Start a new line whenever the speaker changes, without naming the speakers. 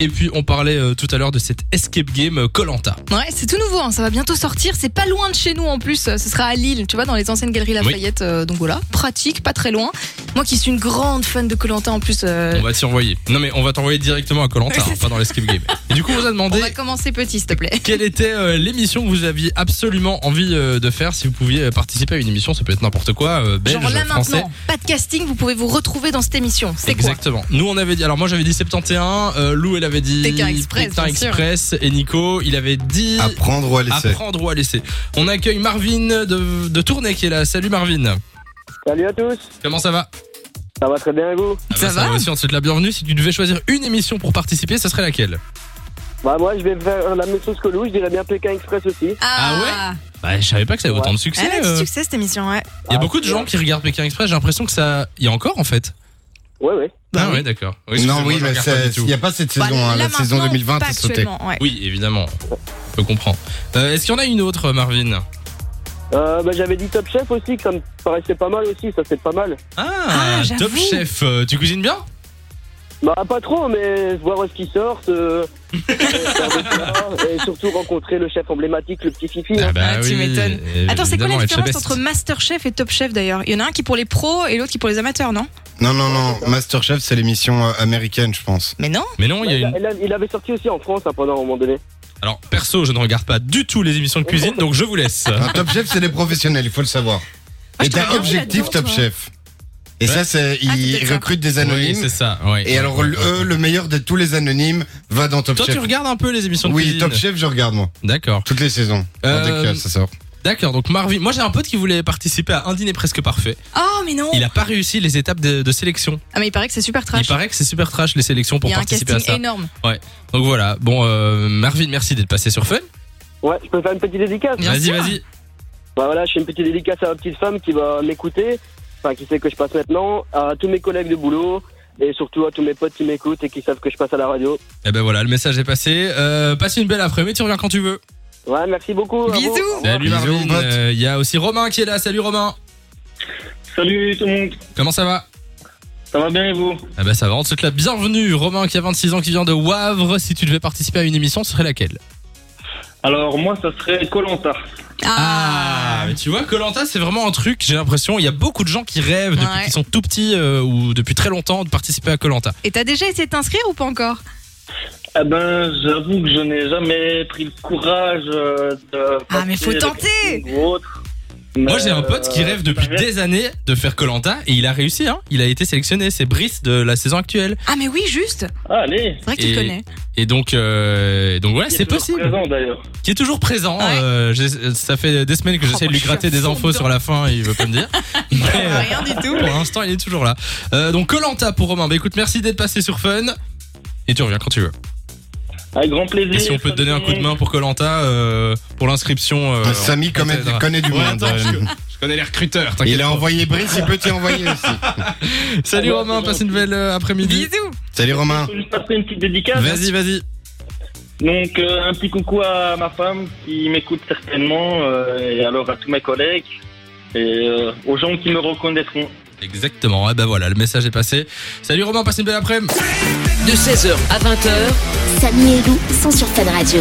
Et puis on parlait euh, tout à l'heure de cette escape game Colanta.
Ouais, c'est tout nouveau, hein, ça va bientôt sortir. C'est pas loin de chez nous en plus. euh, Ce sera à Lille, tu vois, dans les anciennes galeries Lafayette. euh, donc voilà, pratique, pas très loin. Moi qui suis une grande fan de Colanta en plus, euh,
On va t'y envoyer. Non mais on va t'envoyer directement à Colanta, hein,
Oui, c'est
pas dans l'escape game. Et du coup on vous a
on
demandé
va commencer petit, s'il te plaît.
quelle était euh, l'émission que vous aviez absolument envie euh, de faire si vous pouviez euh, participer à une émission, ça peut être n'importe quoi, euh, belge,
Genre là
français.
maintenant, pas de casting, vous pouvez vous retrouver dans cette émission. C'est quoi
Exactement. Nous on avait dit, alors moi j'avais dit 71, euh, Lou elle avait dit
Pékin Express,
Pékin
bien sûr.
Express et Nico il avait dit
Apprendre ou à laisser.
apprendre ou à laisser. On accueille Marvin de, de Tournai qui est là. Salut Marvin,
Salut à tous,
comment ça va
ça va très bien et vous
Ah
Ça
bah,
va
aussi, on te souhaite la bienvenue. Si tu devais choisir une émission pour participer, ça serait laquelle
Bah moi je vais faire la même chose que Lou, je dirais bien Pékin Express aussi.
Ah Bah, je savais pas que ça avait
Ouais.
autant de succès.
Elle a
euh.
du Ah, succès cette émission, ouais.
Il y a
Ah,
beaucoup de
c'est
gens
bien.
qui regardent Pékin Express. J'ai l'impression que ça. Il y a encore en fait.
Ouais ouais.
Bah
ah
oui.
ouais, d'accord. Oui,
Non,
excusez-moi,
oui,
je
mais
regarde pas du
c'est-
tout.
il n'y a pas cette
Bah,
saison. hein,
là
la saison
maintenant,
2020,
pas
t'as sauté.
actuellement, ouais.
Oui, évidemment. Je comprends. Euh, Est-ce qu'il y en a une autre, Marvin
Euh, bah j'avais dit Top Chef aussi, que ça me paraissait pas mal aussi, ça c'est pas mal.
Ah,
Ah, j'avoue.
Top Chef. Euh, Tu cuisines bien
Bah pas trop, mais voir ce qui sort, euh, euh, faire des plats, et surtout rencontrer le chef emblématique, le petit Fifi. hein.
bah
Ah, tu m'étonnes.
euh,
Attends, c'est quoi
évidemment,
la
elle fait
différence
best.
entre Masterchef et Top Chef d'ailleurs Il y en a un qui est pour les pros et l'autre qui est pour les amateurs, non
Non, non, non. Masterchef, c'est l'émission euh, américaine, je pense.
Mais non
Mais non, il y a
Il,
une.
a- il a- il avait sorti aussi en France hein, pendant un moment donné.
Alors, perso, je ne regarde pas du tout les émissions de cuisine, donc je vous laisse.
Un Top Chef, c'est les professionnels, il faut le savoir.
je
Et
t'aurais
t'as
bien vu
objectif
là-dedans,
Top
toi. Ah,
Chef. Et
Ouais.
ça, c'est
c'était
ils
ça.
recrutent des
Oui,
anonymes.
c'est ça. ouais.
et alors, le- eux, le meilleur de tous les anonymes va dans Top
Toi,
Chef.
tu regardes un peu les émissions de
oui,
cuisine
Top Chef, je regarde moi.
D'accord.
Toutes les saisons.
Euh,
Dès que ça sort.
D'accord, donc Marvin, moi j'ai un pote qui voulait participer à un dîner presque parfait.
Oh, mais non
Il a pas réussi les étapes de, de sélection.
Ah, mais il paraît que c'est super
Il
trash.
paraît que c'est super trash les sélections
Il
pour
y a un
participer à
casting
ça.
énorme.
Donc voilà, bon euh, Marvin, merci d'être passé sur Fun.
Ouais, je peux faire une petite dédicace.
Bien
Vas-y,
sûr.
vas-y.
Bah voilà, je fais une petite dédicace à ma petite femme qui va m'écouter, enfin qui sait que je passe maintenant, à tous mes collègues de boulot et surtout à tous mes potes qui m'écoutent et qui savent que je passe à la radio.
Et ben voilà, le message est passé. Euh, passe une belle après-midi, tu reviens quand tu veux.
Ouais, merci beaucoup. à vous.
Bisous.
Au revoir.
Salut
Bisous,
Marvin.
pote.
Euh, Il y a aussi Romain qui est là. Salut Romain.
Salut tout le monde,
Comment ça va
ça va bien et vous
Ah bah ça va, on te souhaite la bienvenue. Romain qui a 26 ans, qui vient de Wavre. Si tu devais participer à une émission, ce serait laquelle
Alors moi ça serait Colanta.
Ah, mais tu vois, Colanta, c'est vraiment un truc. J'ai l'impression, il y a beaucoup de gens qui rêvent depuis
Ouais.
qu'ils sont tout petits euh, ou depuis très longtemps de participer à Colanta.
Et t'as déjà essayé de t'inscrire ou pas encore
Eh ben j'avoue que je n'ai jamais pris le courage euh, de...
Ah, mais
passer
faut
le
tenter.
casting ou autre.
Moi
Mais,
j'ai un pote qui
euh,
rêve depuis
ça reste-
des années de faire Colanta et il a réussi hein. Il a été sélectionné, c'est Brice de la saison actuelle.
Ah, mais oui, juste
Ah, allez
C'est vrai que tu le
Et-
connais.
Et donc euh, donc ouais,
Il est
c'est
toujours
possible.
Présent d'ailleurs.
Qui est toujours présent.
Ouais.
euh, j'ai- ça fait des semaines que
Oh,
j'essaie de
moi,
lui
je suis
gratter
à
des
fond
infos
dedans.
sur la fin, et il veut pas me dire. Mais, euh,
Rien du tout.
pour l'instant, il est toujours là. Euh, donc Colanta pour Romain. Bah écoute, merci d'être passé sur Fun. Et tu reviens quand tu veux.
Avec grand plaisir.
Et si on peut te donner un coup de main pour Colanta euh, pour l'inscription euh,
Samy
on
connaît,
t'aidera.
connaît du
Ouais,
monde.
attends, je, je connais les recruteurs, t'inquiète
Il a
pas.
envoyé Brice, il peut t'y envoyer aussi.
Salut Romain, passe une belle euh, après-midi.
Bisous
Salut Romain.
Je peux juste passer une petite dédicace.
Vas-y, vas-y.
Donc euh, un petit coucou à ma femme qui m'écoute certainement euh, et alors à tous mes collègues et euh, aux gens qui me reconnaîtront.
Exactement, et ben voilà, le message est passé. Salut Romain, passe une belle après-midi.
de 16h à 20h.
Samy et Lou sont sur Fan Radio.